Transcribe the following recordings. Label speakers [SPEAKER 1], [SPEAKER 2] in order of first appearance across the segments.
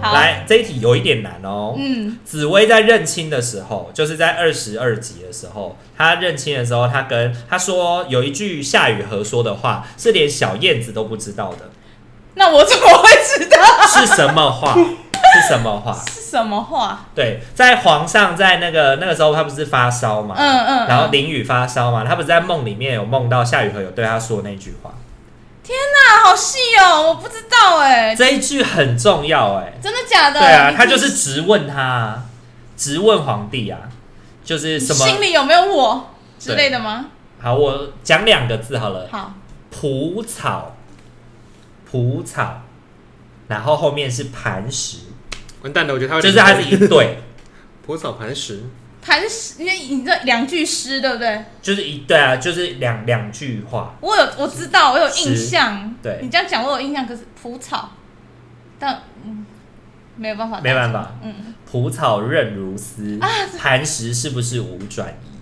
[SPEAKER 1] 好，
[SPEAKER 2] 来，这一题有一点难哦。
[SPEAKER 1] 嗯，
[SPEAKER 2] 紫薇在认亲的时候，就是在二十二集的时候，她认亲的时候，她跟她说有一句夏雨荷说的话，是连小燕子都不知道的，
[SPEAKER 1] 那我怎么会知道
[SPEAKER 2] 是什 么话？是什么话？
[SPEAKER 1] 是什么话？
[SPEAKER 2] 对，在皇上在那个那个时候，他不是发烧嘛，
[SPEAKER 1] 嗯嗯嗯
[SPEAKER 2] 然后淋雨发烧嘛，他不是在梦里面有梦到夏雨荷有对他说那句话，
[SPEAKER 1] 那好细哦，我不知道哎，
[SPEAKER 2] 这一句很重要哎、
[SPEAKER 1] 真的假的？
[SPEAKER 2] 对啊，
[SPEAKER 1] 你
[SPEAKER 2] 他就是直问他啊，直问皇帝啊，就是
[SPEAKER 1] 你
[SPEAKER 2] 什么？
[SPEAKER 1] 心里有没有我之类的吗？
[SPEAKER 2] 好，我讲两个字好了，
[SPEAKER 1] 好，
[SPEAKER 2] 蒲草，蒲草，然后后面是磐石，
[SPEAKER 3] 完蛋了，我觉得他会
[SPEAKER 2] 就是它是 一对，
[SPEAKER 3] 蒲草磐石，
[SPEAKER 1] 磐石，你你这两句诗对不对？
[SPEAKER 2] 就是一对啊，就是两两句话，
[SPEAKER 1] 我有我知道，我有印
[SPEAKER 2] 诗
[SPEAKER 1] 象。
[SPEAKER 2] 对
[SPEAKER 1] 你这样讲我有印象，可是蒲草，但嗯，没有办法，
[SPEAKER 2] 没办法，
[SPEAKER 1] 哦嗯，啊
[SPEAKER 2] 蒲草韧如丝，磐石是不是无转移？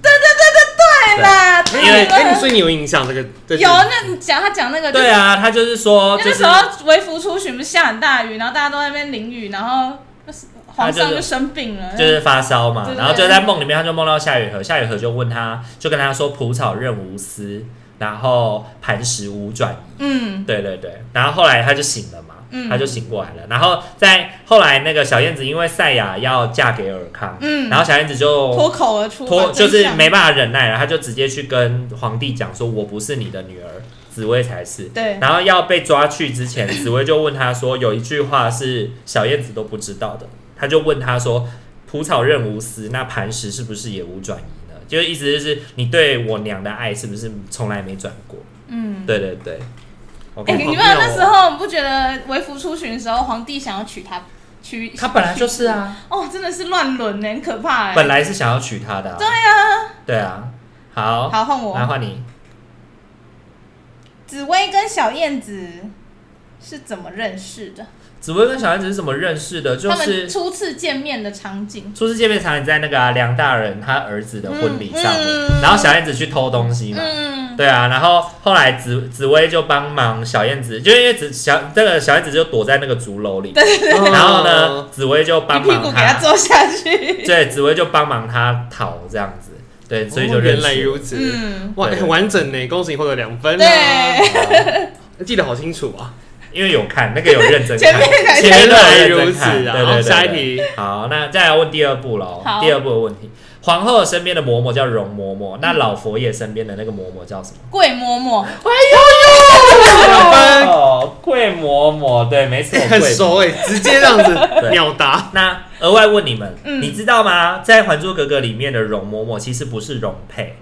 [SPEAKER 1] 对啦，
[SPEAKER 3] 因为
[SPEAKER 1] 对
[SPEAKER 3] 哎，
[SPEAKER 1] 了
[SPEAKER 3] 你所以你有印象这个？这句
[SPEAKER 1] 有，那你讲他讲那个，
[SPEAKER 2] 对，啊，他就是说，
[SPEAKER 1] 那
[SPEAKER 2] 就
[SPEAKER 1] 个
[SPEAKER 2] 是
[SPEAKER 1] 时候微服出巡，不是下很大雨，然后大家都在那边淋雨，然后就是皇上就生病了，
[SPEAKER 2] 就是发烧嘛
[SPEAKER 1] 哎对，对
[SPEAKER 2] 然后就在梦里面，他就梦到夏雨荷，夏雨荷就问他，就跟他说蒲草韧无丝，然后磐石无转移。
[SPEAKER 1] 嗯，
[SPEAKER 2] 对对对，然后后来他就醒了嘛，
[SPEAKER 1] 嗯
[SPEAKER 2] 他就醒过来了。然后在后来那个小燕子，因为赛亚要嫁给尔康，
[SPEAKER 1] 嗯
[SPEAKER 2] 然后小燕子就
[SPEAKER 1] 脱口而出，
[SPEAKER 2] 哦脱
[SPEAKER 1] 把
[SPEAKER 2] 就
[SPEAKER 1] 真
[SPEAKER 2] 是
[SPEAKER 1] 相
[SPEAKER 2] 没办法忍耐了，他就直接去跟皇帝讲说：“我不是你的女儿，紫薇才是。”
[SPEAKER 1] 对
[SPEAKER 2] 然后要被抓去之前，紫薇就问他说：“有一句话是小燕子都不知道的。”他就问他说：“蒲草任无丝，那磐石是不是也无转移呢？”就是意思就是你对我娘的爱是不是从来没转过？
[SPEAKER 1] 嗯。
[SPEAKER 2] 对对对。OK，
[SPEAKER 1] 哎、你们
[SPEAKER 3] 好妙哦
[SPEAKER 1] 那时候不觉得微服出巡的时候，皇帝想要娶她，娶
[SPEAKER 2] 他本来就是啊，
[SPEAKER 1] 哦，真的是乱伦呢，很可怕哎。
[SPEAKER 2] 本来是想要娶她的、啊。对啊，对啊。好，
[SPEAKER 1] 好换
[SPEAKER 2] 来
[SPEAKER 1] 我，
[SPEAKER 2] 换你。
[SPEAKER 1] 紫薇跟小燕子是怎么认识的？
[SPEAKER 2] 紫薇跟小燕子是怎么认识的？就
[SPEAKER 1] 他
[SPEAKER 2] 是
[SPEAKER 1] 们初次见面的场景。
[SPEAKER 2] 初次见面场景在那个、啊、梁大人他儿子的婚礼上面，
[SPEAKER 1] 嗯嗯
[SPEAKER 2] 然后小燕子去偷东西嘛。
[SPEAKER 1] 嗯，
[SPEAKER 2] 对啊，然后后来紫紫薇就帮忙小燕子，就因为紫小这个小燕子就躲在那个竹篓里， 然后
[SPEAKER 3] 哦
[SPEAKER 2] 呢，紫薇就
[SPEAKER 1] 一
[SPEAKER 2] 帮
[SPEAKER 1] 屁股
[SPEAKER 2] 忙
[SPEAKER 1] 给他
[SPEAKER 2] 她，
[SPEAKER 1] 坐下去。
[SPEAKER 2] 对，紫薇就帮忙她逃这样子，对，
[SPEAKER 3] 哦？
[SPEAKER 2] 所以 就认
[SPEAKER 3] 原来
[SPEAKER 2] 识了。
[SPEAKER 3] 如此，
[SPEAKER 1] 嗯，
[SPEAKER 3] 哇，
[SPEAKER 2] 对
[SPEAKER 3] 很完整呢，恭喜你获得两分啊。
[SPEAKER 1] 对
[SPEAKER 3] 记得好清楚啊。
[SPEAKER 2] 因为有看那个有认真看，
[SPEAKER 1] 前面才
[SPEAKER 2] 前面
[SPEAKER 3] 原来
[SPEAKER 2] 有认真
[SPEAKER 3] 如此
[SPEAKER 2] 看对
[SPEAKER 3] 啊。
[SPEAKER 2] 对
[SPEAKER 3] 好，
[SPEAKER 2] 对对
[SPEAKER 3] 下一题，
[SPEAKER 2] 好，那再来问第二步喽
[SPEAKER 1] 好。
[SPEAKER 2] 第二步的问题，皇后身边的嬷嬷叫容嬷嬷，那老佛爷身边的那个嬷嬷叫什么？
[SPEAKER 1] 桂嬷嬷，
[SPEAKER 2] 哎
[SPEAKER 3] 两分，
[SPEAKER 2] 哦，桂嬷嬷，对，没错，
[SPEAKER 3] 很
[SPEAKER 2] 桂。
[SPEAKER 3] 熟哎，直接这样子秒答。
[SPEAKER 2] 那额外问你们，
[SPEAKER 1] 嗯
[SPEAKER 2] 你知道吗？在《还珠格格》里面的容嬷嬷其实不是容佩，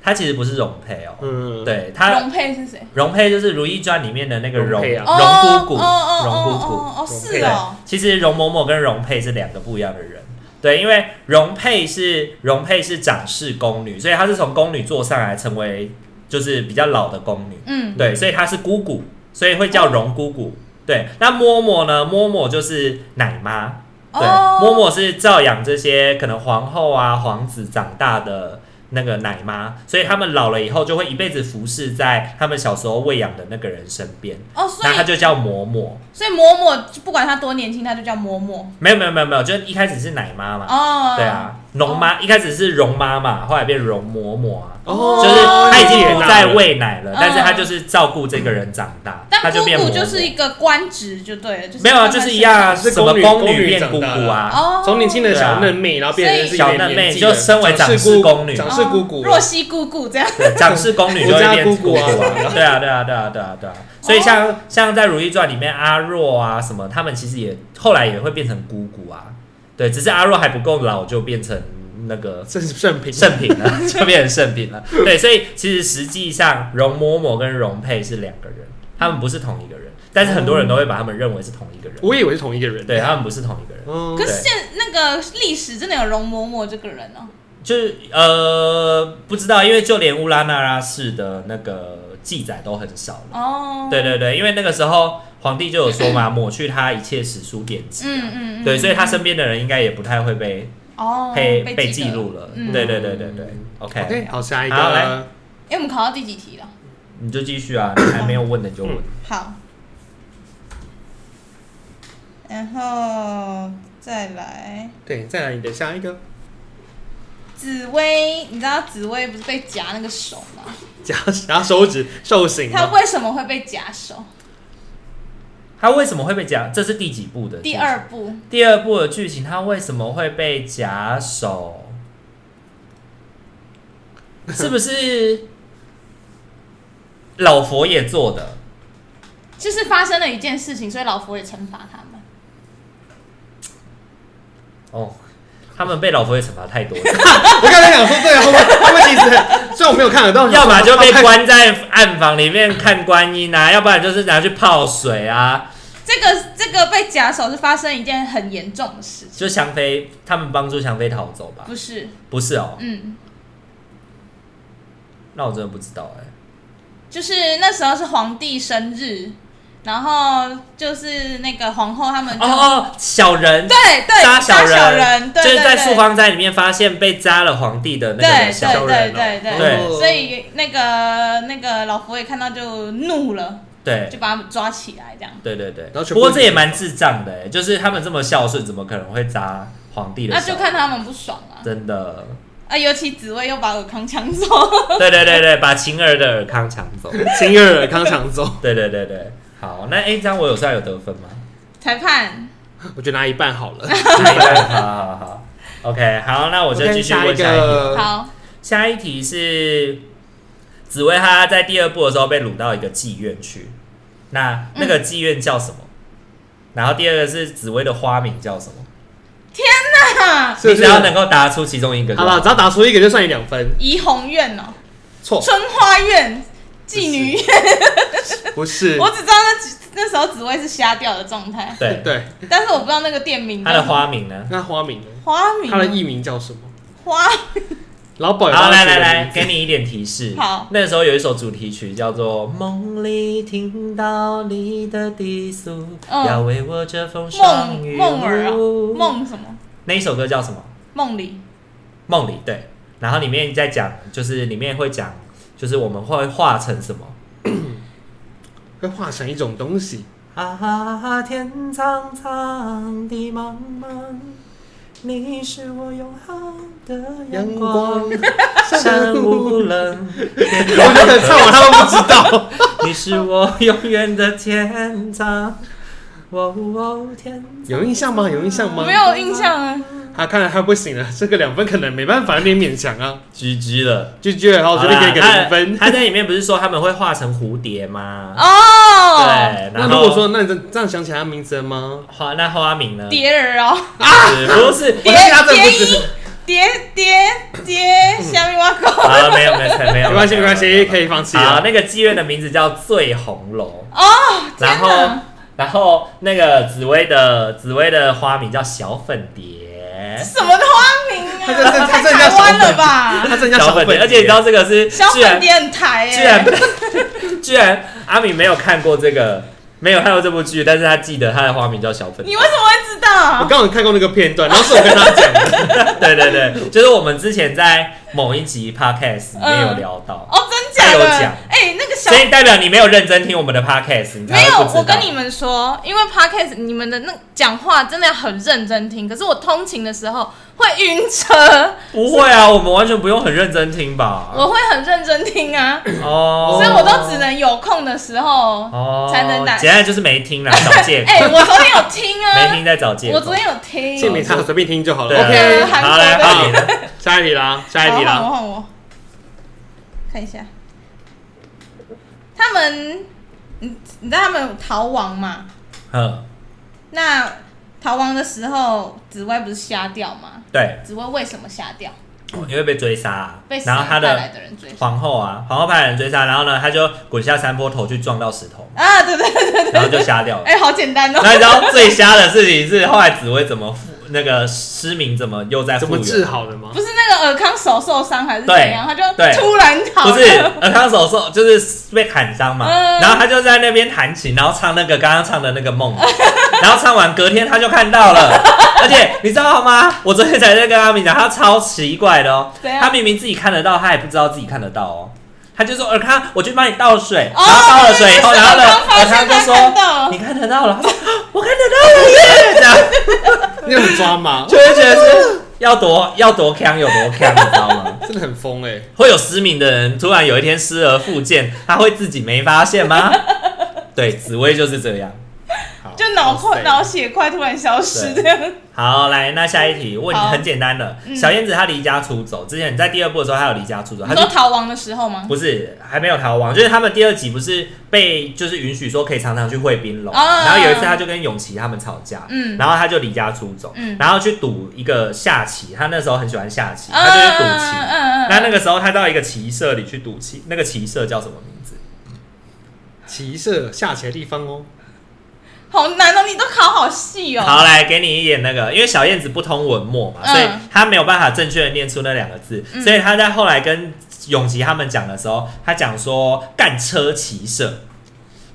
[SPEAKER 2] 她其实不是容佩哦，
[SPEAKER 3] 嗯，
[SPEAKER 2] 对，她
[SPEAKER 1] 容佩是谁？
[SPEAKER 2] 容佩就是《如懿传》里面的那个
[SPEAKER 3] 容
[SPEAKER 2] 容
[SPEAKER 3] 佩啊
[SPEAKER 2] 容姑姑，
[SPEAKER 1] 哦哦
[SPEAKER 2] 容姑姑。
[SPEAKER 1] 哦哦哦，是
[SPEAKER 2] 对
[SPEAKER 1] 哦，，
[SPEAKER 2] 其实容嬷嬷跟容佩是两个不一样的人。对，因为容佩是容佩是长势宫女，所以她是从宫女坐上来成为就是比较老的宫女。
[SPEAKER 1] 嗯，
[SPEAKER 2] 对，所以她是姑姑，所以会叫容姑姑。对，那嬷嬷呢？嬷嬷就是奶妈。对，
[SPEAKER 1] 哦
[SPEAKER 2] 嬷嬷是照养这些可能皇后啊、皇子长大的那个奶妈，所以他们老了以后就会一辈子服侍在他们小时候喂养的那个人身边，
[SPEAKER 1] 哦，所
[SPEAKER 2] 那她
[SPEAKER 1] 以
[SPEAKER 2] 就叫嬷嬷。
[SPEAKER 1] 所以嬷嬷不管她多年轻，她就叫嬷嬷。
[SPEAKER 2] 没有没有没有没有，就是一开始是奶妈嘛，
[SPEAKER 1] 哦，
[SPEAKER 2] 对，啊，容妈、一开始是容妈嘛，后来变容嬷嬷啊，
[SPEAKER 3] 哦
[SPEAKER 2] 就是她已经不再
[SPEAKER 3] 为
[SPEAKER 2] 喂奶了，
[SPEAKER 1] 嗯
[SPEAKER 2] 但是她就是照顾这个人长大，她
[SPEAKER 1] 但姑
[SPEAKER 2] 就变嬷
[SPEAKER 1] 姑
[SPEAKER 2] 嬷。
[SPEAKER 1] 就是一个官职就对了，就是
[SPEAKER 2] 没有啊，
[SPEAKER 1] 慢
[SPEAKER 2] 就
[SPEAKER 1] 慢
[SPEAKER 2] 是一样啊，
[SPEAKER 3] 是
[SPEAKER 2] 什么
[SPEAKER 3] 宫女
[SPEAKER 2] 宫
[SPEAKER 3] 宫女
[SPEAKER 2] 变
[SPEAKER 3] 长
[SPEAKER 2] 姑姑
[SPEAKER 3] 大
[SPEAKER 2] 啊，
[SPEAKER 1] 哦，
[SPEAKER 3] 从年轻的小嫩妹，然后变成是有点
[SPEAKER 2] 小嫩妹
[SPEAKER 3] 年纪的
[SPEAKER 2] 就身为长势
[SPEAKER 3] 姑
[SPEAKER 2] 宫女
[SPEAKER 3] 长势姑
[SPEAKER 2] 啊
[SPEAKER 3] 姑啊
[SPEAKER 1] 哦，若曦姑姑这样，
[SPEAKER 2] 对长势宫女就会变姑
[SPEAKER 3] 我家姑姑
[SPEAKER 2] 啊，对啊对啊对啊对啊对啊，所以像像在《如懿传》里面阿若啊什么，他们其实也后来也会变成姑姑啊，对，只是阿若还不够老就变成那个
[SPEAKER 3] 这是圣品，
[SPEAKER 2] 圣品了， 就变成圣品了。对，所以其实实际上容嬷嬷跟容佩是两个人，他们不是同一个人。但是很多人都会把他们认为是同一个人，
[SPEAKER 3] 我以为是同一个人。
[SPEAKER 2] 对，他们不是同一个人。
[SPEAKER 3] 嗯
[SPEAKER 1] 可，是现那个历史真的有容嬷嬷这个人哦、
[SPEAKER 2] 就是呃，不知道，因为就连乌拉那拉氏的那个记载都很少了。
[SPEAKER 1] 哦，
[SPEAKER 2] 对，对对，因为那个时候皇帝就有说 嘛，抹去他一切史书典籍。
[SPEAKER 1] 嗯嗯嗯，
[SPEAKER 2] 对，所以他身边的人应该也不太会被
[SPEAKER 1] 哦
[SPEAKER 2] 被
[SPEAKER 1] 被
[SPEAKER 2] 被
[SPEAKER 1] 记
[SPEAKER 2] 记
[SPEAKER 1] 得
[SPEAKER 2] 录了。
[SPEAKER 1] 嗯
[SPEAKER 2] 对对对对对
[SPEAKER 3] 嗯
[SPEAKER 2] ，OK，
[SPEAKER 3] OK，好，下一
[SPEAKER 2] 好
[SPEAKER 3] 个
[SPEAKER 2] 来，
[SPEAKER 1] 哎、我们考到第几题了？
[SPEAKER 2] 你就继续 啊，你还没有问的你就问。
[SPEAKER 3] 嗯
[SPEAKER 1] 好，然后再来
[SPEAKER 3] 对，再来你的下一个，
[SPEAKER 1] 紫薇，你知道紫薇不是被夹那个手吗？
[SPEAKER 3] 夹夹手指受刑
[SPEAKER 1] 她
[SPEAKER 3] 吗？
[SPEAKER 1] 为什么会被夹手？
[SPEAKER 2] 他为什么会被夹？这是第几部的？
[SPEAKER 1] 第二部，
[SPEAKER 2] 第二部的剧情，他为什么会被夹手？是不是老佛爷做的？
[SPEAKER 1] 就是发生了一件事情，所以老佛爷惩罚他们。
[SPEAKER 2] 哦，他们被老佛爷惩罚太 多了，
[SPEAKER 3] 我刚才想说，对，啊后面后面其实虽然我没有看得到，
[SPEAKER 2] 要么就被
[SPEAKER 3] 关。
[SPEAKER 2] 关在暗房里面看观音啊，要不然就是拿去泡水啊。
[SPEAKER 1] 这个这个被夹手是发生一件很严重的事情，
[SPEAKER 2] 就香妃，他们帮助香妃逃走吧？
[SPEAKER 1] 不是？
[SPEAKER 2] 不是哦，
[SPEAKER 1] 嗯，
[SPEAKER 2] 那我真的不知道哎、
[SPEAKER 1] 就是那时候是皇帝生日，然后就是那个皇后他们就、
[SPEAKER 2] 哦哦，小人
[SPEAKER 1] 对对
[SPEAKER 2] 扎小人，
[SPEAKER 1] 人，对
[SPEAKER 2] 就是
[SPEAKER 1] 对
[SPEAKER 2] 在
[SPEAKER 1] 对
[SPEAKER 2] 漱芳斋里面发现被扎了皇帝的那个人
[SPEAKER 1] 对
[SPEAKER 2] 小
[SPEAKER 1] 对
[SPEAKER 2] 人。哦
[SPEAKER 1] 对对对
[SPEAKER 2] 对
[SPEAKER 1] 所以那个那个老佛爷看到就怒了，
[SPEAKER 2] 对
[SPEAKER 1] 就把他们抓起来这样。
[SPEAKER 2] 对对对
[SPEAKER 3] 然后，全
[SPEAKER 2] 不
[SPEAKER 3] 部
[SPEAKER 2] 过这也蛮智障的、欸，就是他们这么孝顺，怎么可能会扎皇帝的
[SPEAKER 1] 那
[SPEAKER 2] 手？
[SPEAKER 1] 就看他们不爽啊！
[SPEAKER 2] 真的，
[SPEAKER 1] 啊，尤其紫薇又把尔康抢走，
[SPEAKER 2] 对对对对，把晴儿的尔康抢走。
[SPEAKER 3] 秦二康抢走，
[SPEAKER 2] 对对对对，好，那 A 张我有算有得 分吗？
[SPEAKER 1] 裁判
[SPEAKER 3] 我觉得拿一半好了。
[SPEAKER 2] 没办法好好好，OK，好，那 我就继续问下一题。
[SPEAKER 3] 个，
[SPEAKER 1] 好，
[SPEAKER 2] 下一题是紫薇她在第二部的时候被掳到一个妓院去，那
[SPEAKER 1] 嗯
[SPEAKER 2] 那个妓院叫什么？然后第二个是紫薇的花名叫什么？
[SPEAKER 1] 哈
[SPEAKER 3] 是
[SPEAKER 2] 你
[SPEAKER 3] 不
[SPEAKER 2] 只？
[SPEAKER 3] 是
[SPEAKER 2] 要能够答出其中一个就
[SPEAKER 3] 好了，只要打出一个就算你两分。
[SPEAKER 1] 怡红院哦，
[SPEAKER 3] 错，
[SPEAKER 1] 春花院、妓女院，
[SPEAKER 3] 不是，
[SPEAKER 1] 我只知道那那时候紫薇是瞎掉的状态，
[SPEAKER 2] 对，
[SPEAKER 3] 对，
[SPEAKER 1] 但是我不知道那个店名
[SPEAKER 2] 她
[SPEAKER 1] 叫
[SPEAKER 2] 的
[SPEAKER 1] 什么。
[SPEAKER 2] 花名呢？
[SPEAKER 3] 那花名呢？
[SPEAKER 1] 花名，啊
[SPEAKER 3] 他的艺名叫什么？
[SPEAKER 1] 花
[SPEAKER 3] 老鸨。
[SPEAKER 2] 好，来来来，给你一点提示。
[SPEAKER 1] 好
[SPEAKER 2] 那时候有一首主题曲叫做《梦里听到你的低诉》，
[SPEAKER 1] 嗯
[SPEAKER 2] 要为我这风霜
[SPEAKER 1] 梦
[SPEAKER 2] 雨
[SPEAKER 1] 梦儿啊，
[SPEAKER 2] 露。
[SPEAKER 1] 梦什么？
[SPEAKER 2] 那一首歌叫什么？
[SPEAKER 1] 梦里
[SPEAKER 2] 梦里对，然后里面在讲，就是里面会讲，就是我们会化成什么
[SPEAKER 3] 会化成一种东西，
[SPEAKER 2] 啊？天苍苍，地茫茫，你是我永恒的
[SPEAKER 3] 阳光。
[SPEAKER 2] 山 无棱，天
[SPEAKER 3] 我觉得唱完他们不知道。
[SPEAKER 2] 你是我永远的天堂。哦哦，天
[SPEAKER 3] 有印象吗？有印象
[SPEAKER 1] 我
[SPEAKER 3] 吗
[SPEAKER 1] 没？有印象啊。
[SPEAKER 3] 他看来他不行了，这个两分可能没办法，有点勉强啊。
[SPEAKER 2] ，G G 了。
[SPEAKER 3] 就觉得好，我
[SPEAKER 2] 好
[SPEAKER 3] 决定
[SPEAKER 2] 啦
[SPEAKER 3] 给，个
[SPEAKER 2] 他
[SPEAKER 3] 零分。
[SPEAKER 2] 他在里面不是说他们会化成蝴蝶吗？
[SPEAKER 1] 哦，
[SPEAKER 2] 啊对，然后
[SPEAKER 3] 那如果说，那你这这样想起来他名字了吗？
[SPEAKER 2] 花那花名呢？
[SPEAKER 1] 蝶儿哦，
[SPEAKER 2] 是不 是，
[SPEAKER 3] 我
[SPEAKER 1] 蝶
[SPEAKER 3] 觉得他这
[SPEAKER 1] 蝶
[SPEAKER 3] 不知
[SPEAKER 1] 衣，蝶蝶蝶，下面挖沟。
[SPEAKER 2] 好了，啊没有没有没有，
[SPEAKER 3] 没关系，没关系，可
[SPEAKER 2] 以。
[SPEAKER 3] 以放弃啊
[SPEAKER 2] 好，
[SPEAKER 3] 了。
[SPEAKER 2] 那个妓院的名字叫醉红楼，然
[SPEAKER 1] 哦天
[SPEAKER 2] 后
[SPEAKER 1] 哪，
[SPEAKER 2] 然后那个紫薇的紫薇的花名叫小粉蝶，
[SPEAKER 1] 什么花名啊？
[SPEAKER 3] 他这这
[SPEAKER 1] 太
[SPEAKER 3] 他这叫
[SPEAKER 1] 台湾
[SPEAKER 3] 小
[SPEAKER 1] 了
[SPEAKER 3] 粉
[SPEAKER 1] 吧？
[SPEAKER 3] 他真的叫
[SPEAKER 2] 小
[SPEAKER 3] 小
[SPEAKER 2] 粉蝶，
[SPEAKER 3] 粉蝶，
[SPEAKER 2] 而且你知道这个是
[SPEAKER 1] 小
[SPEAKER 2] 居
[SPEAKER 1] 粉
[SPEAKER 2] 然
[SPEAKER 1] 蝶很 台
[SPEAKER 2] 居
[SPEAKER 1] 哎
[SPEAKER 2] 然，居然阿敏没有看过这个，没有看过这部剧，但是他记得他的花名叫小粉
[SPEAKER 1] 你
[SPEAKER 2] 蝶。
[SPEAKER 1] 为什么会知
[SPEAKER 3] 我
[SPEAKER 1] 道？
[SPEAKER 3] 刚好看过那个片段，然
[SPEAKER 2] 哦
[SPEAKER 3] 后是我跟他讲的。
[SPEAKER 2] 对对对，就是我们之前在某一集 podcast 里面有聊到，
[SPEAKER 1] 哦，真假
[SPEAKER 2] 他有
[SPEAKER 1] 的
[SPEAKER 2] 讲？
[SPEAKER 1] 哎，那个小
[SPEAKER 2] 所。以代表你没有认真听我们的 podcast，你才
[SPEAKER 1] 没
[SPEAKER 2] 会
[SPEAKER 1] 有
[SPEAKER 2] 不知，道
[SPEAKER 1] 我跟你们说，因为 podcast 你们的那讲话真的要很认真听，可是我通勤的时候会晕车，
[SPEAKER 2] 不会啊，我们完全不用很认真听吧？
[SPEAKER 1] 我会很认真听啊，
[SPEAKER 2] 哦，
[SPEAKER 1] 所以我都只能有空的时候
[SPEAKER 2] 哦
[SPEAKER 1] 才能打
[SPEAKER 2] 简单就是没听啦，找借口，
[SPEAKER 1] 哎、我昨天有听
[SPEAKER 2] 没
[SPEAKER 1] 啊，
[SPEAKER 2] 听再找借口。
[SPEAKER 1] 我昨天有听。
[SPEAKER 3] 谢没差，随便听就好了。
[SPEAKER 2] 对啊
[SPEAKER 3] OK，
[SPEAKER 1] 韩国
[SPEAKER 2] 好来
[SPEAKER 1] 的
[SPEAKER 2] 换你了，
[SPEAKER 3] 下一题啦，下一
[SPEAKER 1] 好
[SPEAKER 3] 题
[SPEAKER 1] 换我
[SPEAKER 3] 啦。
[SPEAKER 1] 换我，看一下，他们，你你知道他们有逃亡嘛？
[SPEAKER 2] 嗯，
[SPEAKER 1] 那逃亡的时候，紫薇不是瞎掉吗？
[SPEAKER 2] 对，
[SPEAKER 1] 紫薇为什么瞎掉？
[SPEAKER 2] 因为被追杀啊、
[SPEAKER 1] 被死
[SPEAKER 2] 然后他
[SPEAKER 1] 派
[SPEAKER 2] 的
[SPEAKER 1] 来的人追杀
[SPEAKER 2] 皇后啊，皇后派人追杀，然后呢，他就滚下山坡，头去撞到石头，
[SPEAKER 1] 啊，对对对对，
[SPEAKER 2] 然后就瞎掉了。
[SPEAKER 1] 哎、好简单哦、
[SPEAKER 2] 那你知道最瞎的事情是后来紫薇怎么复那个失明怎么又在
[SPEAKER 3] 怎
[SPEAKER 2] 复
[SPEAKER 3] 么
[SPEAKER 2] 原？
[SPEAKER 3] 治好的吗？
[SPEAKER 1] 不是那个尔康手受伤还是
[SPEAKER 2] 对
[SPEAKER 1] 怎样，他就
[SPEAKER 2] 对
[SPEAKER 1] 突然好
[SPEAKER 2] 不
[SPEAKER 1] 了，
[SPEAKER 2] 是，尔康手受就是被砍伤嘛，
[SPEAKER 1] 嗯
[SPEAKER 2] 然后他就在那边弹琴，然后唱那个刚刚唱的那个梦，然后唱完隔天他就看到了， 而且你知道吗？我昨天才在跟阿明讲，他超奇怪的哦，
[SPEAKER 1] 怎样
[SPEAKER 2] 他明明自己看得到，他也不知道自己看得到哦。他就说：“尔康，我去帮你倒水。”
[SPEAKER 1] 哦
[SPEAKER 2] 然后倒了水以后，
[SPEAKER 1] 那
[SPEAKER 2] 然后
[SPEAKER 1] 个是
[SPEAKER 2] 呢，尔
[SPEAKER 1] 尔康发哦
[SPEAKER 2] 康
[SPEAKER 1] 现
[SPEAKER 2] 就
[SPEAKER 1] 他
[SPEAKER 2] 说
[SPEAKER 1] 看到：“了
[SPEAKER 2] 你看得到了。”他说啊：“我看得到了耶！”这样
[SPEAKER 3] 你很抓马，
[SPEAKER 2] 就会觉得是要多要多强有多强，你知道吗？
[SPEAKER 3] 真的很疯哎。
[SPEAKER 2] 会有失明的人突然有一天失而复见，他会自己没发现 吗？对，紫薇就是这样。
[SPEAKER 3] 好
[SPEAKER 1] 就脑
[SPEAKER 3] 哇
[SPEAKER 1] 块
[SPEAKER 3] 塞
[SPEAKER 1] 脑血块突然消失
[SPEAKER 2] 对
[SPEAKER 1] 这样。
[SPEAKER 2] 好，来，那下一题问
[SPEAKER 1] 好嗯
[SPEAKER 2] 很简单的，小燕子她离家出走，之前在第二部的时候，她有离家出走，她
[SPEAKER 1] 你说
[SPEAKER 2] 就
[SPEAKER 1] 逃亡的时候吗？
[SPEAKER 2] 不是还没有逃亡，就是他们第二集不是被就是允许说可以常常去会冰龙，
[SPEAKER 1] 啊
[SPEAKER 2] 然后有一次她就跟永琪他们吵架，
[SPEAKER 1] 嗯
[SPEAKER 2] 然后她就离家出走，
[SPEAKER 1] 嗯
[SPEAKER 2] 然后去赌一个下棋，她那时候很喜欢下棋，她就去赌棋，
[SPEAKER 1] 嗯嗯
[SPEAKER 2] 那那个时候他到一个棋社里去赌棋，那个棋社叫什么名字？
[SPEAKER 3] 骑射下棋的地方哦，
[SPEAKER 1] 好难哦，你都考好细哦。
[SPEAKER 2] 好，来给你一点那个，因为小燕子不通文墨嘛，
[SPEAKER 1] 嗯
[SPEAKER 2] 所以她没有办法正确的念出那两个字，
[SPEAKER 1] 嗯
[SPEAKER 2] 所以她在后来跟永琪他们讲的时候，她讲说干车骑社，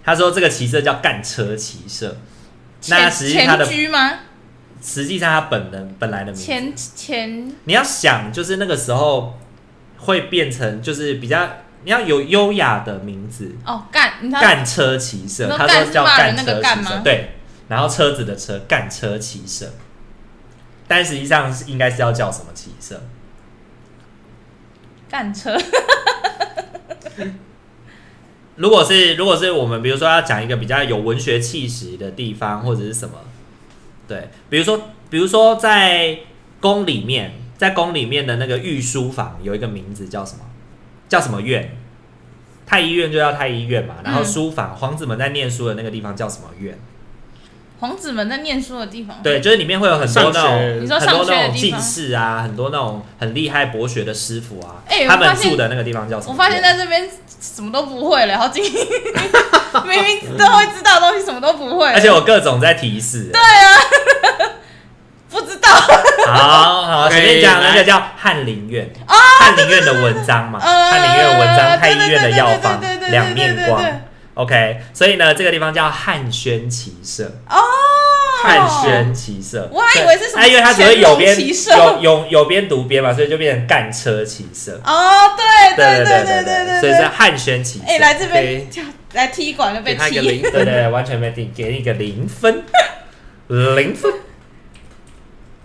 [SPEAKER 2] 她说这个骑社叫干车骑社，那
[SPEAKER 1] 前
[SPEAKER 2] 实际她
[SPEAKER 1] 前
[SPEAKER 2] 的嗯
[SPEAKER 1] 居吗？
[SPEAKER 2] 实际上她本人本来的名字
[SPEAKER 1] 前前
[SPEAKER 2] 你要想，就是那个时候会变成就是比较你要有优雅的名字，
[SPEAKER 1] 哦干，你知道
[SPEAKER 2] 干车骑射
[SPEAKER 1] 你，说
[SPEAKER 2] 他
[SPEAKER 1] 干
[SPEAKER 2] 说
[SPEAKER 1] 是
[SPEAKER 2] 叫
[SPEAKER 1] 骂
[SPEAKER 2] 干
[SPEAKER 1] 人那
[SPEAKER 2] 车
[SPEAKER 1] 个干
[SPEAKER 2] 骑射
[SPEAKER 1] 吗，
[SPEAKER 2] 对，然后车子的车干车骑射，但实际上是应该是要叫什么骑射？
[SPEAKER 1] 干车，
[SPEAKER 2] 如果是如果是我们比如说要讲一个比较有文学气息的地方或者是什么，对，比如说比如说在宫里面，在宫里面的那个御书房有一个名字叫什么？叫什么院？太医院就叫太医院嘛，然后
[SPEAKER 1] 嗯
[SPEAKER 2] 书房、皇子们在念书的那个地方叫什么院？
[SPEAKER 1] 皇子们在念书的地方。
[SPEAKER 2] 对，就是里面会有很多
[SPEAKER 3] 上
[SPEAKER 2] 那种
[SPEAKER 3] 学
[SPEAKER 1] 你说
[SPEAKER 2] 很多
[SPEAKER 1] 上学
[SPEAKER 2] 那
[SPEAKER 1] 的
[SPEAKER 2] 种
[SPEAKER 1] 地
[SPEAKER 2] 进
[SPEAKER 1] 方，
[SPEAKER 2] 士啊，很多那种很厉害博学的师傅啊，
[SPEAKER 1] 哎我
[SPEAKER 2] 他们
[SPEAKER 1] 发现
[SPEAKER 2] 住的那个地方叫什么院？
[SPEAKER 1] 我发现在这边什么都不会了，然后 今明明都会知道的东西，什么都不会了，
[SPEAKER 2] 而且我各种在提示。对，
[SPEAKER 1] 不知道。
[SPEAKER 2] 好好，随便讲
[SPEAKER 3] 哎来
[SPEAKER 2] 那个叫翰林院，翰林院的文章嘛，
[SPEAKER 1] 呃
[SPEAKER 2] 翰林院的文章，太
[SPEAKER 1] 对对
[SPEAKER 2] 医院的
[SPEAKER 1] 对对
[SPEAKER 2] 药
[SPEAKER 1] 对
[SPEAKER 2] 方
[SPEAKER 1] 对对，对
[SPEAKER 2] 两
[SPEAKER 1] 对
[SPEAKER 2] 面
[SPEAKER 1] 对
[SPEAKER 2] 光
[SPEAKER 1] 对。
[SPEAKER 2] OK，所以呢，这个地方叫汉宣骑射，
[SPEAKER 1] 哦，
[SPEAKER 2] 汉宣骑射。
[SPEAKER 1] 我还以为是什么
[SPEAKER 2] 对啊因为它只会有边
[SPEAKER 1] 乾隆骑射
[SPEAKER 2] 有有有边读边嘛，所以就变成干车骑射。
[SPEAKER 1] 哦，对
[SPEAKER 2] 对
[SPEAKER 1] 对
[SPEAKER 2] 对
[SPEAKER 1] 对对
[SPEAKER 2] 所以是汉宣骑射。
[SPEAKER 1] 哎，来这边来踢馆就
[SPEAKER 3] 给
[SPEAKER 1] 被
[SPEAKER 3] 他一个
[SPEAKER 1] 踢
[SPEAKER 3] 零，
[SPEAKER 2] 对
[SPEAKER 3] 分。
[SPEAKER 2] 对，完全没定，给你一个零分，零分。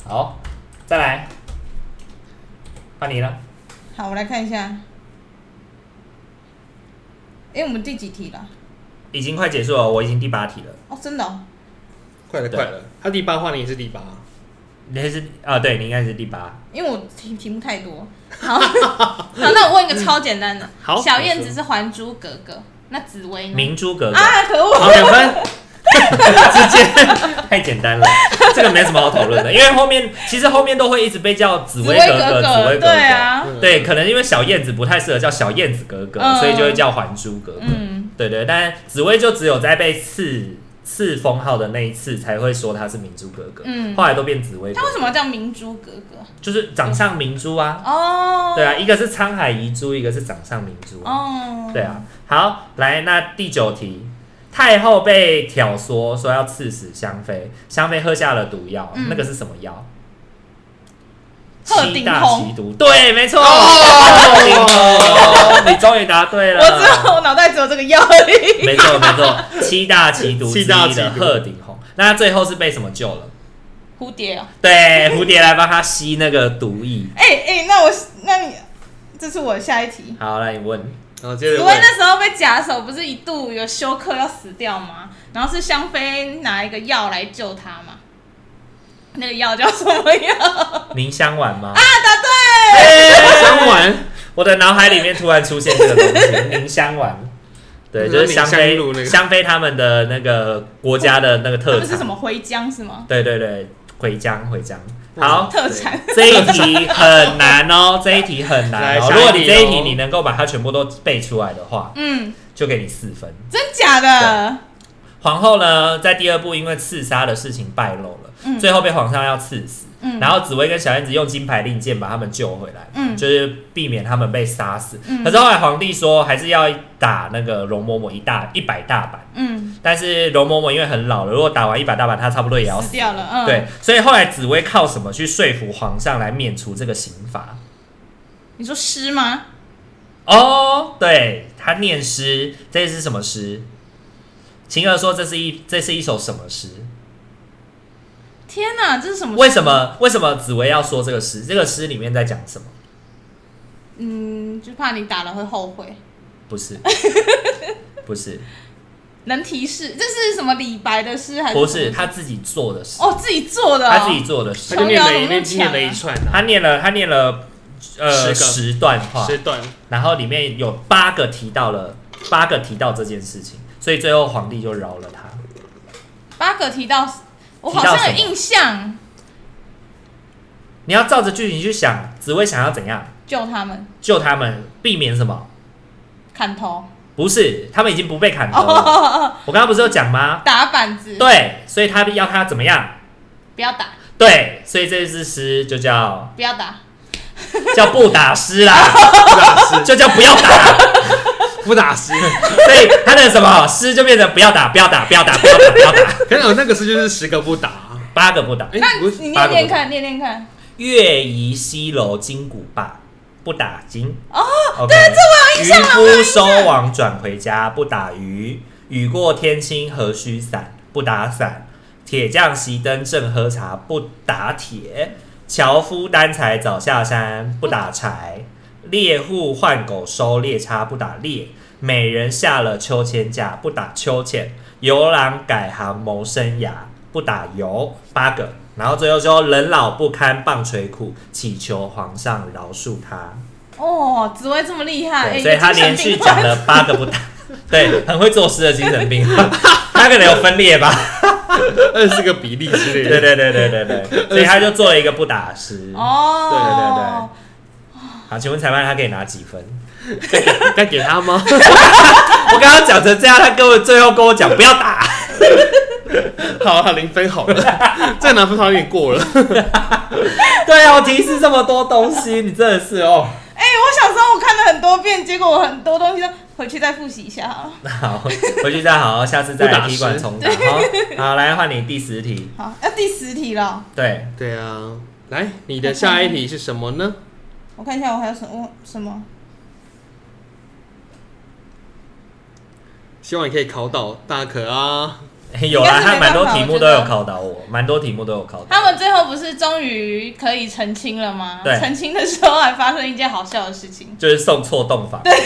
[SPEAKER 2] 好，再来，换你了。
[SPEAKER 1] 好，我来看一下。哎、我们第几题了？
[SPEAKER 2] 已经快结束了，我已经第八题了。
[SPEAKER 1] 哦，真的、哦，
[SPEAKER 3] 快了，
[SPEAKER 2] 对
[SPEAKER 3] 快了！他第八换你也是第八，
[SPEAKER 2] 你还是啊？对，你应该是第八。
[SPEAKER 1] 因为我题题目太多。 好，好，那我问一个超简单的。
[SPEAKER 3] 好
[SPEAKER 1] 小燕子是《还珠格格》，那紫薇呢？
[SPEAKER 2] 明珠格格、
[SPEAKER 1] 啊，可恶！
[SPEAKER 3] 好两分。
[SPEAKER 2] 直接太简单了，这个没什么好讨论的，因为后面其实后面都会一直被叫紫薇格
[SPEAKER 1] 格
[SPEAKER 2] 紫薇格格。
[SPEAKER 1] 对啊，
[SPEAKER 3] 嗯
[SPEAKER 2] 对，可能因为小燕子不太适合叫小燕子格格，
[SPEAKER 1] 嗯
[SPEAKER 2] 所以就会叫还珠格格。
[SPEAKER 1] 嗯，
[SPEAKER 2] 对对，但紫薇就只有在被赐赐封号的那一次才会说她是明珠格格，
[SPEAKER 1] 嗯
[SPEAKER 2] 后来都变紫薇格
[SPEAKER 1] 它为
[SPEAKER 2] 格，
[SPEAKER 1] 什么要叫明珠格格？
[SPEAKER 2] 就是掌上明珠啊，
[SPEAKER 1] 哦，
[SPEAKER 2] 对啊，，一个是沧海遗珠，一个是掌上明珠、啊，
[SPEAKER 1] 哦，
[SPEAKER 2] 对，啊。好，来那第九题，太后被挑唆说要刺死香妃，香妃喝下了毒药，
[SPEAKER 1] 嗯
[SPEAKER 2] 那个是什么药？
[SPEAKER 1] 鹤
[SPEAKER 2] 七
[SPEAKER 1] 顶
[SPEAKER 2] 大
[SPEAKER 1] 红哦
[SPEAKER 2] 奇毒，对，没错，鹤顶
[SPEAKER 3] 哦
[SPEAKER 2] 红，你终于答对了，
[SPEAKER 1] 我知道我脑袋只有这个药而已。
[SPEAKER 2] 没错没错，七大奇毒之一
[SPEAKER 3] 七大奇
[SPEAKER 2] 的
[SPEAKER 3] 毒
[SPEAKER 2] 鹤顶红，那他最后是被什么救了？
[SPEAKER 1] 蝴蝶哦，
[SPEAKER 2] 对，蝴蝶来帮他吸那个毒液。
[SPEAKER 1] 哎、哎、那我那你，这是我下一题。
[SPEAKER 2] 好，那你问，
[SPEAKER 3] 然后接
[SPEAKER 1] 紫
[SPEAKER 3] 着
[SPEAKER 1] 薇
[SPEAKER 3] 问，
[SPEAKER 1] 那时候被假手，不是一度有休克要死掉吗？然后是香妃拿一个药来救她嘛？那个药叫什么 药？
[SPEAKER 2] 凝香丸吗？
[SPEAKER 1] 哎
[SPEAKER 3] 香丸
[SPEAKER 2] 我的脑海里面突然出现这个东西，凝香丸。对，就是香妃
[SPEAKER 3] 凝香露那个
[SPEAKER 2] 香妃他们的那个国家的那个
[SPEAKER 1] 他
[SPEAKER 2] 特
[SPEAKER 1] 们是
[SPEAKER 2] 产
[SPEAKER 1] 什。么徽浆是
[SPEAKER 2] 啊
[SPEAKER 1] 吗？
[SPEAKER 2] 对对对，茴香茴香，
[SPEAKER 3] 嗯
[SPEAKER 2] 好
[SPEAKER 1] 特产
[SPEAKER 2] 这一题很难哦，这一题很难哦。
[SPEAKER 3] 来下一题哦
[SPEAKER 2] 如果你这一题你能够把它全部都背出来的话，
[SPEAKER 1] 嗯，
[SPEAKER 2] 就给你四分。
[SPEAKER 1] 真假的？
[SPEAKER 2] 皇后呢，在第二部因为刺杀的事情败露了，
[SPEAKER 1] 嗯
[SPEAKER 2] 最后被皇上要刺死。
[SPEAKER 1] 嗯
[SPEAKER 2] 然后紫薇跟小燕子用金牌令箭把他们救回来，
[SPEAKER 1] 嗯
[SPEAKER 2] 就是避免他们被杀死。
[SPEAKER 1] 嗯
[SPEAKER 2] 可是后来皇帝说还是要打那个容嬷嬷一大一百大板，
[SPEAKER 1] 嗯，
[SPEAKER 2] 但是容嬷嬷因为很老了，如果打完一百大板，她差不多也要
[SPEAKER 1] 死
[SPEAKER 2] 死。
[SPEAKER 1] 掉了。嗯，
[SPEAKER 2] 对，，所以后来紫薇靠什么去说服皇上来免除这个刑罚？
[SPEAKER 1] 你说诗吗？
[SPEAKER 2] 哦，对，她念诗，这是什么诗？晴儿说这是一这是一首什么诗？
[SPEAKER 1] 天哪，这是什么？
[SPEAKER 2] 为什？么为什么紫薇要说这个诗？这个诗里面在讲什么？
[SPEAKER 1] 嗯，就怕你打了会后悔。
[SPEAKER 2] 不 是，不是，
[SPEAKER 1] 能提示这是什么李白的诗还是？
[SPEAKER 2] 不是，他自己做的诗，
[SPEAKER 1] 哦，自己做的、哦，
[SPEAKER 2] 他自己做的诗
[SPEAKER 3] 他，就念
[SPEAKER 1] 琼瑶
[SPEAKER 3] 了
[SPEAKER 1] 怎么
[SPEAKER 3] 一
[SPEAKER 1] 那么
[SPEAKER 3] 念念
[SPEAKER 1] 强啊
[SPEAKER 3] 了一串啊，
[SPEAKER 2] 他念了他念了呃
[SPEAKER 3] 十个
[SPEAKER 2] 十段话
[SPEAKER 3] 十，段，
[SPEAKER 2] 然后里面有八个提到了八个提到这件事情，所以最后皇帝就饶了他。
[SPEAKER 1] 八个提到，我好
[SPEAKER 2] 提到
[SPEAKER 1] 像
[SPEAKER 2] 什么
[SPEAKER 1] 有印象，
[SPEAKER 2] 你要照着剧情去想，紫薇想要怎样
[SPEAKER 1] 救他们
[SPEAKER 2] 救他们，避免什么？
[SPEAKER 1] 砍头，
[SPEAKER 2] 不是，他们已经不被砍头了。
[SPEAKER 1] 哦，
[SPEAKER 2] 我刚刚不是有讲吗？
[SPEAKER 1] 打板子，，
[SPEAKER 2] 对，所以他要他怎么样？
[SPEAKER 1] 不要打，
[SPEAKER 2] 对，所以这支诗就叫
[SPEAKER 1] 不要打，
[SPEAKER 2] 叫不打诗啦，
[SPEAKER 3] 不打湿，
[SPEAKER 2] 就叫不要打。
[SPEAKER 3] 不打湿。
[SPEAKER 2] 所以他的什么诗就变成不要打，不要打，不要打，不要打，不要打，
[SPEAKER 3] 可是我呃那个是就是十个不打，
[SPEAKER 2] 八个不打。
[SPEAKER 3] 哎
[SPEAKER 1] 那
[SPEAKER 3] 不
[SPEAKER 1] 你
[SPEAKER 2] 八
[SPEAKER 1] 念
[SPEAKER 2] 个
[SPEAKER 1] 念看，念念看，
[SPEAKER 2] 月移西楼金谷罢，不打金。
[SPEAKER 1] 哦
[SPEAKER 2] 对，这我有印象。渔夫收网转回家，不打鱼。雨过天青何须伞，不打伞。铁匠熄灯正喝茶，不打铁。樵夫担柴早下山，不打柴。猎户换狗收猎差，不打猎。美人下了秋千架，不打秋千。游郎改行谋生涯，不打油。八个，然后最后说人老不堪棒槌苦，祈求皇上饶恕他。
[SPEAKER 1] 哦，紫薇这么厉害，哎
[SPEAKER 2] 对，所以他连续讲，
[SPEAKER 1] 有精神病患
[SPEAKER 2] 了八个 不打，对，很会做诗的精神病，他可能有分裂吧？
[SPEAKER 3] 二十个比例之类
[SPEAKER 2] 对
[SPEAKER 3] 的。
[SPEAKER 2] 对对对对 对，所以他就做了一个不打诗。
[SPEAKER 1] 哦，
[SPEAKER 2] 好，请问裁判他可以拿几分？
[SPEAKER 3] 该给他吗？
[SPEAKER 2] 我刚刚讲成这样，他跟我最后跟我讲不要打，
[SPEAKER 3] 好啊，零分好了， 再拿分好像有点过了。
[SPEAKER 2] 对啊，我提示这么多东西，你真的是哦。
[SPEAKER 1] 哎、我小时候我看了很多遍，结果我很多东西都回去再复习一下好了。
[SPEAKER 2] 好，回去再好好，下次再
[SPEAKER 3] 不
[SPEAKER 2] 来
[SPEAKER 3] 打
[SPEAKER 2] 踢馆
[SPEAKER 3] 十
[SPEAKER 2] 重打。 好，好，来换你第十题。
[SPEAKER 1] 好，要第十题了，
[SPEAKER 2] 对，
[SPEAKER 3] 对啊，来，你的下一题是什么呢？
[SPEAKER 1] 我看一下我还有什么什么。
[SPEAKER 3] 希望你可以考到大可啊。
[SPEAKER 2] 有啦，
[SPEAKER 1] 应该
[SPEAKER 2] 他
[SPEAKER 1] 是没
[SPEAKER 2] 蛮多
[SPEAKER 1] 办法
[SPEAKER 2] 题目
[SPEAKER 1] 我
[SPEAKER 2] 都
[SPEAKER 1] 觉得
[SPEAKER 2] 有考倒我，蛮多题目都有考
[SPEAKER 1] 他
[SPEAKER 2] 倒。
[SPEAKER 1] 们最后不是终于可以澄清了吗？
[SPEAKER 2] 对
[SPEAKER 1] 澄清的时候还发生一件好笑的事情。
[SPEAKER 2] 就是送错洞房， 就是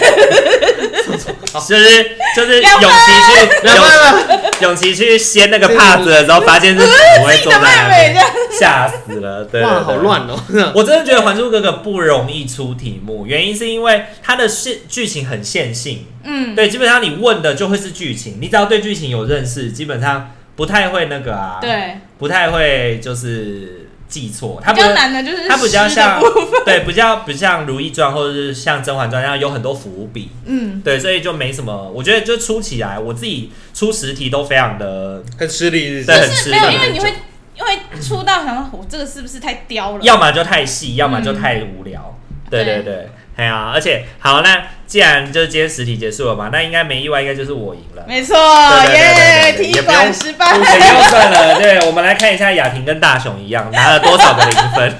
[SPEAKER 2] 就是
[SPEAKER 1] 两分
[SPEAKER 2] 永琪去
[SPEAKER 3] 两
[SPEAKER 2] 永
[SPEAKER 3] 分了，
[SPEAKER 2] 永琪去掀那个帕子的时候，发现是我会坐在那
[SPEAKER 1] 妹妹这
[SPEAKER 2] 边
[SPEAKER 1] 样，
[SPEAKER 2] 吓死了，对，对
[SPEAKER 3] 哇，好。
[SPEAKER 2] 对
[SPEAKER 3] 乱哦。
[SPEAKER 2] 我真的觉得《还珠格格》不容易出题目，原因是因为它的是剧情很线性，
[SPEAKER 1] 嗯，
[SPEAKER 2] 对，基本上你问的就会是剧情，你只要对剧情有认识，基本上不太会那个啊，，
[SPEAKER 1] 对，
[SPEAKER 2] 不太会就是记错，它
[SPEAKER 1] 比
[SPEAKER 2] 不
[SPEAKER 1] 较难的就是
[SPEAKER 2] 它比较
[SPEAKER 1] 诗的
[SPEAKER 2] 像
[SPEAKER 1] 部分，
[SPEAKER 2] 对，比较不像《如懿传》或者是像《甄嬛传》那样有很多伏笔，
[SPEAKER 1] 嗯，
[SPEAKER 2] 对，所以就没什么。我觉得就出起来，我自己出十题都非常的，
[SPEAKER 1] 嗯
[SPEAKER 3] 很吃力，是不
[SPEAKER 2] 对
[SPEAKER 3] 是
[SPEAKER 2] 很
[SPEAKER 1] 是
[SPEAKER 2] 吃
[SPEAKER 1] 没有，
[SPEAKER 2] 力
[SPEAKER 1] 因为你会因为出到想说，我这个是不是太刁了？
[SPEAKER 2] 要么就太细，要么就太无聊。对对
[SPEAKER 1] 嗯对
[SPEAKER 2] 对，哎呀、而且好，那既然就是今天十题结束了嘛，那应该没意外，应该就是我赢了。
[SPEAKER 1] 没错，
[SPEAKER 2] 对对
[SPEAKER 1] 耶，
[SPEAKER 2] 对对对
[SPEAKER 1] 踢
[SPEAKER 2] 也不用
[SPEAKER 1] 馆失败。
[SPEAKER 2] 不用算了，对我们来看一下雅婷跟大雄一样拿了多少个零分。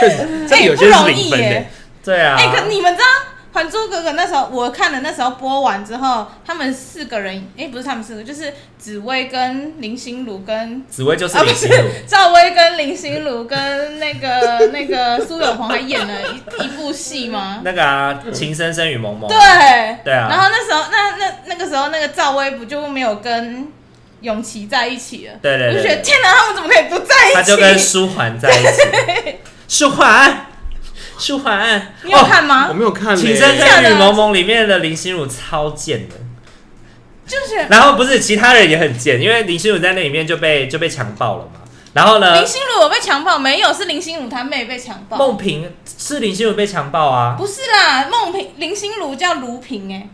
[SPEAKER 3] 确实，这
[SPEAKER 1] 哎
[SPEAKER 3] 有
[SPEAKER 1] 不
[SPEAKER 3] 些是
[SPEAKER 1] 容
[SPEAKER 3] 零
[SPEAKER 1] 易
[SPEAKER 3] 分
[SPEAKER 1] 耶
[SPEAKER 3] 的。
[SPEAKER 2] 对啊，
[SPEAKER 1] 哎、可你们知道《还珠格格》那时候，我看的那时候播完之后，他们四个人，哎、不是他们四个，就是紫薇跟林心如跟
[SPEAKER 2] 紫薇就是
[SPEAKER 1] 啊
[SPEAKER 2] 林
[SPEAKER 1] 不
[SPEAKER 2] 心
[SPEAKER 1] 是
[SPEAKER 2] 如，
[SPEAKER 1] 赵薇跟林心如跟那个那个苏有朋还演了一一部戏吗？
[SPEAKER 2] 那个啊，情深深雨蒙蒙。
[SPEAKER 1] 对，
[SPEAKER 2] 哦对啊
[SPEAKER 1] 然后那时候那那那个时候那个赵薇不就没有跟永琪在一起了？
[SPEAKER 2] 对对对
[SPEAKER 1] 我就觉得天哪，他们怎么可以不在一起？
[SPEAKER 2] 他就跟舒缓在一起。舒缓，舒缓，
[SPEAKER 1] 你有看吗？
[SPEAKER 3] 欸我没有看嘞，
[SPEAKER 2] 情深深雨蒙蒙》里面的林心如超贱的，
[SPEAKER 1] 就是
[SPEAKER 2] 然后不是其他人也很贱，因为林心如在那里面就被就被强暴了嘛。然后呢
[SPEAKER 1] 林，心如有被强暴没有？是林心如她妹被强暴，
[SPEAKER 2] 梦萍是林心如被强暴啊，
[SPEAKER 1] 不是啦，孟平林心如叫卢平哎、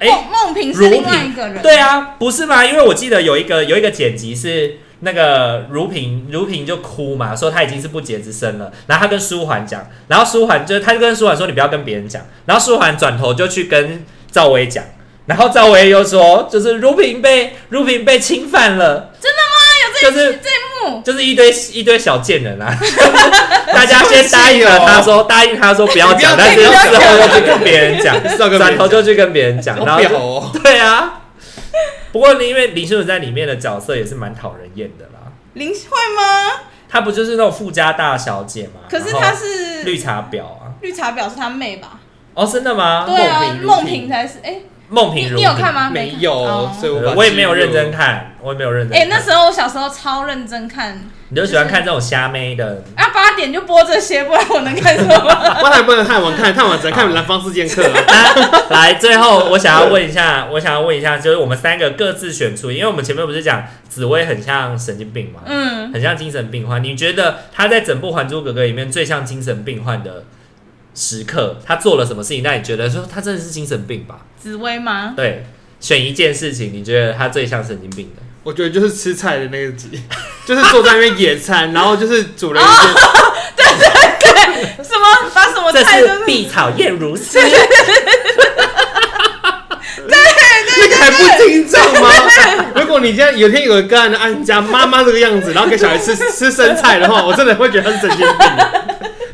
[SPEAKER 2] 哎、
[SPEAKER 1] 孟孟平是
[SPEAKER 2] 如
[SPEAKER 1] 另外
[SPEAKER 2] 萍
[SPEAKER 1] 一个人，
[SPEAKER 2] 对啊，不是吗？因为我记得有一个有一个剪辑是那个如萍，如萍就哭嘛，说她已经是不解之身了。然后她跟舒缓讲，然后舒缓就她就跟舒缓说你不要跟别人讲，然后舒缓转头就去跟赵薇讲。然后赵薇又说，就是如萍被如萍被 侵犯了，真的吗？有这就是
[SPEAKER 1] 这一幕
[SPEAKER 2] 就是一堆一堆小贱人啊！ 大家先答应了他说，答应他说不要讲，
[SPEAKER 3] 你
[SPEAKER 2] 但是
[SPEAKER 1] 不
[SPEAKER 3] 不要
[SPEAKER 2] 之
[SPEAKER 1] 要讲
[SPEAKER 2] 后又去跟别人 讲，
[SPEAKER 3] 是要跟别人
[SPEAKER 2] 转头就去跟别人讲，然
[SPEAKER 3] 好
[SPEAKER 2] 后就
[SPEAKER 3] 表哦，
[SPEAKER 2] 对啊，不过因为林心如在里面的角色也是蛮讨人厌的啦，
[SPEAKER 1] 林会吗？
[SPEAKER 2] 她不就是那种富家大小姐嘛？
[SPEAKER 1] 可是
[SPEAKER 2] 然后
[SPEAKER 1] 她是
[SPEAKER 2] 绿茶婊啊！
[SPEAKER 1] 绿茶婊是她妹吧？
[SPEAKER 2] 哦，真的吗？
[SPEAKER 1] 对啊，
[SPEAKER 3] 孟平如萍
[SPEAKER 1] 孟平才是哎、
[SPEAKER 2] 孟
[SPEAKER 1] 你
[SPEAKER 2] 平如
[SPEAKER 1] 你有看？吗？
[SPEAKER 3] 没
[SPEAKER 1] 看
[SPEAKER 3] 有
[SPEAKER 1] 哦，
[SPEAKER 3] 所以
[SPEAKER 2] 对
[SPEAKER 3] 我
[SPEAKER 2] 我也没有认真
[SPEAKER 3] 看。
[SPEAKER 2] 看，我也没有认真
[SPEAKER 1] 哎、
[SPEAKER 2] 看。
[SPEAKER 1] 那时候我小时候超认真看，
[SPEAKER 2] 你就喜欢看这种虾妹的，
[SPEAKER 1] 啊八点就播这些，不然我能看什么？
[SPEAKER 3] 我还不能看完看，看完只能看《南方四剑客》啊。
[SPEAKER 2] 那来，最后我想要问一下，我想要问一下，就是我们三个各自选出，因为我们前面不是讲紫薇很像神经病嘛，
[SPEAKER 1] 嗯，
[SPEAKER 2] 很像精神病患。你觉得他在整部《还珠格格》里面最像精神病患的时刻，他做了什么事情让你觉得说他真的是精神病吧？
[SPEAKER 1] 紫薇吗？
[SPEAKER 2] 对，选一件事情，你觉得他最像神经病的？
[SPEAKER 3] 我觉得就是吃菜的那一集， 就是坐在那边野餐，然后就是煮了一些，
[SPEAKER 1] 什么把什么
[SPEAKER 2] 这
[SPEAKER 1] 菜都
[SPEAKER 2] 是碧草艳如 丝，
[SPEAKER 3] 那个还不听众吗？ 如果你现在有天有个个案的按家妈妈这个样子，然后给小孩吃 吃生菜的话，我真的会觉得他是神经病。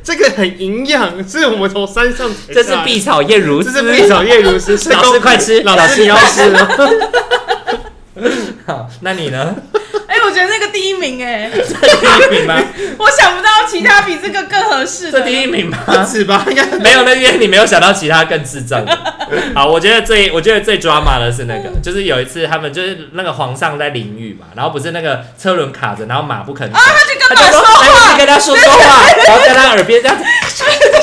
[SPEAKER 3] 这个很营养，是我们从山上采
[SPEAKER 2] 这是
[SPEAKER 3] 下来的
[SPEAKER 2] 碧草艳如
[SPEAKER 3] 这是
[SPEAKER 2] 丝。
[SPEAKER 3] 碧草叶如丝，
[SPEAKER 2] 老师快吃，
[SPEAKER 3] 老师你要吃吗？
[SPEAKER 2] 好，那你呢？
[SPEAKER 1] 哎、我觉得那个第一名哎、
[SPEAKER 2] 这第一名吗？
[SPEAKER 1] 我想不到其他比这个更合适的。
[SPEAKER 2] 这第一名吗？
[SPEAKER 3] 不止吧，应该
[SPEAKER 2] 没有，那因为你没有想到其他更智障 的。好，我觉得最我觉得最 drama 的是那个，就是有一次他们就是那个皇上在淋浴嘛，然后不是那个车轮卡着，然后马不肯走，
[SPEAKER 1] 啊，他去
[SPEAKER 2] 他
[SPEAKER 1] 干
[SPEAKER 2] 就说
[SPEAKER 1] 嘛说
[SPEAKER 2] 哎我
[SPEAKER 1] 话
[SPEAKER 2] 去？跟他说说话， 然后在他耳边这样子，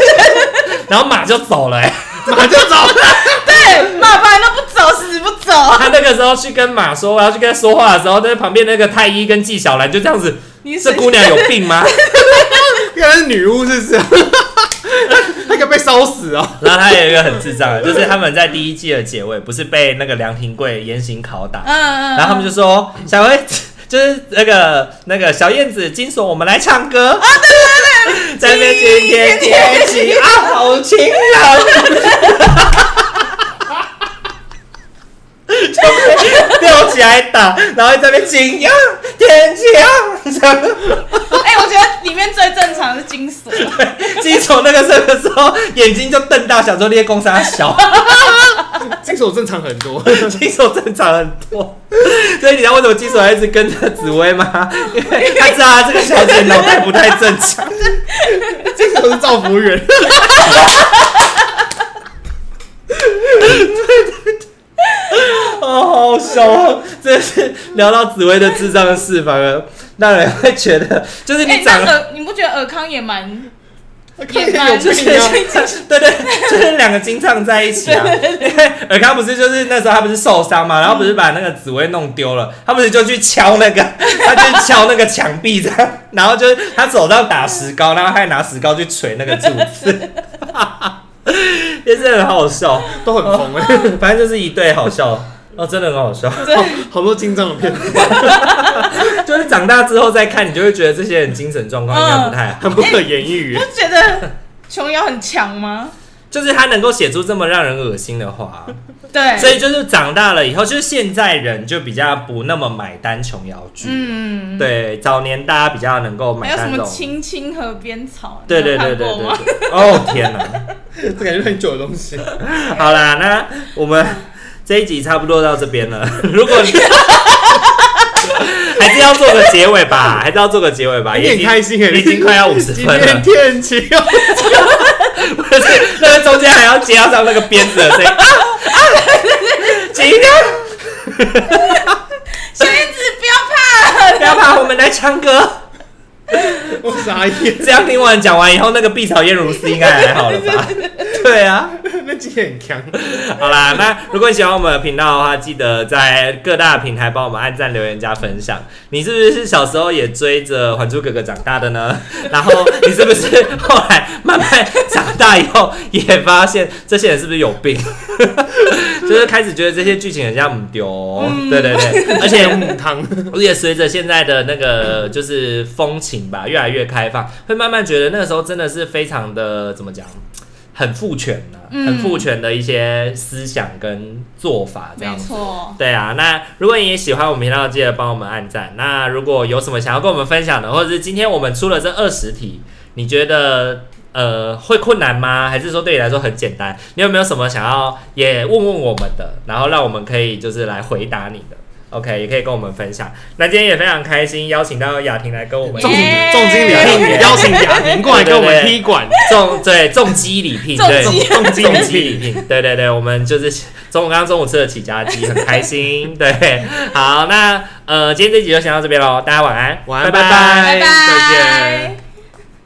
[SPEAKER 2] 然后马就走了、哎
[SPEAKER 3] 马就走了。
[SPEAKER 1] 对，爸爸都不走，死不走。
[SPEAKER 2] 他那个时候去跟马说我要去跟他说话的时候，那旁边那个太医跟纪晓岚就这样子，
[SPEAKER 1] 你
[SPEAKER 2] 这姑娘有病吗？
[SPEAKER 3] 原来是女巫是不是？ 那个被烧死哦。
[SPEAKER 2] 然后他有一个很智障的，就是他们在第一季的结尾不是被那个梁廷贵严刑拷打
[SPEAKER 1] 嗯，嗯，嗯
[SPEAKER 2] 然后他们就说小薇 就是那个那个小燕子金锁，我们来唱歌啊，对对对，在那边今天天气啊好晴朗， 就被吊起来打，然后在那边晴呀天气啊， 这样
[SPEAKER 1] 哎、我觉得里面最正常的是金锁，
[SPEAKER 2] 金锁那个时候的时候眼睛就瞪大，想说猎公杀小。
[SPEAKER 3] 这首正常很多，
[SPEAKER 2] 金手正常很多，所以你知道为什么金手要一直跟着紫薇 吗？因为他知道他这个小姐脑袋不太正 常。
[SPEAKER 3] 这首是造福人。
[SPEAKER 2] 哦，好笑哦！真的是聊到紫薇的智障事，反而让人会觉得，就是
[SPEAKER 1] 哎、
[SPEAKER 2] 你长
[SPEAKER 1] 那
[SPEAKER 2] 得，
[SPEAKER 1] 尔，你不觉得尔康也蛮
[SPEAKER 3] 看起来有 病啊！
[SPEAKER 2] 对对，就是两个金唱在一起啊。因为尔康不是就是那时候他不是受伤嘛，然后不是把那个紫薇弄丢了，他不是就去敲那个，他就去敲那个墙壁这样，然后就是他手上打石膏，然后他还拿石膏去捶那个柱子，也是很好笑。哦
[SPEAKER 3] 都很疯哎、
[SPEAKER 2] 反正就是一对好笑哦，真的很好笑。
[SPEAKER 3] 好好多精藏的片段，
[SPEAKER 2] 就是长大之后再看，你就会觉得这些人精神状况应该不太好。
[SPEAKER 3] 很不可言喻、
[SPEAKER 1] 不觉得琼瑶很强吗？
[SPEAKER 2] 就是他能够写出这么让人恶心的话，啊
[SPEAKER 1] 对，
[SPEAKER 2] 所以就是长大了以后，就是现在人就比较不那么买单琼瑶剧。
[SPEAKER 1] 嗯，
[SPEAKER 2] 对，早年大家比较能够
[SPEAKER 1] 还
[SPEAKER 2] 买
[SPEAKER 1] 有什
[SPEAKER 2] 单这
[SPEAKER 1] 么
[SPEAKER 2] 种。
[SPEAKER 1] 青青河边草？
[SPEAKER 2] 对
[SPEAKER 1] 你
[SPEAKER 2] 对
[SPEAKER 1] 有
[SPEAKER 2] 对
[SPEAKER 1] 看
[SPEAKER 2] 对
[SPEAKER 1] 过
[SPEAKER 2] 对
[SPEAKER 1] 吗？
[SPEAKER 2] 对。哦天哪！
[SPEAKER 3] 这感觉很久的东西。
[SPEAKER 2] 好啦，那我们这一集差不多到这边了。如果你还是要做个结尾吧，还是要做个结尾吧。
[SPEAKER 3] 你
[SPEAKER 2] 也已
[SPEAKER 3] 很
[SPEAKER 2] 经
[SPEAKER 3] 开心 哎、
[SPEAKER 2] 已经快要五十
[SPEAKER 3] 今
[SPEAKER 2] 分了
[SPEAKER 3] 天。天气哦，
[SPEAKER 2] 不是，那个中间还要接上那个鞭子的声音啊啊！今天
[SPEAKER 1] 小燕子不要
[SPEAKER 2] 不要怕，我们来唱歌。
[SPEAKER 3] 我傻眼。
[SPEAKER 2] 这样听完讲完以后，那个碧草艳如丝应该还好了吧？对啊，
[SPEAKER 3] 那今天很强。
[SPEAKER 2] 好啦，那如果你喜欢我们的频道的话，记得在各大平台帮我们按赞、留言、加分享。你是不是小时候也追着《还珠格格》长大的呢？然后你是不是后来慢慢长大以后，也发现这些人是不是有病？ 就是开始觉得这些剧情很像母丢、哦对对对，而且
[SPEAKER 3] 母汤，
[SPEAKER 2] 而且随着现在的那个就是风情吧，越来越开放，会慢慢觉得那个时候真的是非常的怎么讲，很父权的、
[SPEAKER 1] 嗯
[SPEAKER 2] 很父权的一些思想跟做法这样
[SPEAKER 1] 没
[SPEAKER 2] 子。
[SPEAKER 1] 错，
[SPEAKER 2] 对啊，那如果你也喜欢我们频道，记得帮我们按赞。那如果有什么想要跟我们分享的，或者是今天我们出了这二十题，你觉得呃会困难吗？还是说对你来说很简单？你有没有什么想要也问问我们的，然后让我们可以就是来回答你的？OK，也可以跟我们分享。那今天也非常开心，邀请到雅婷来跟我们
[SPEAKER 3] 重
[SPEAKER 1] 耶
[SPEAKER 3] 重金礼 聘，邀请雅婷过来跟我们踢馆，
[SPEAKER 2] 重对重击礼聘，
[SPEAKER 1] 重
[SPEAKER 2] 对
[SPEAKER 1] 击
[SPEAKER 2] 重击重击礼聘，对对对，我们就是中午刚刚中午吃了起家鸡，很开心。 对，好，那呃，今天这集就先到这边喽，大家晚安，
[SPEAKER 3] 晚安
[SPEAKER 2] 拜
[SPEAKER 3] 拜
[SPEAKER 1] 拜
[SPEAKER 3] 拜
[SPEAKER 1] 拜，
[SPEAKER 3] 再见。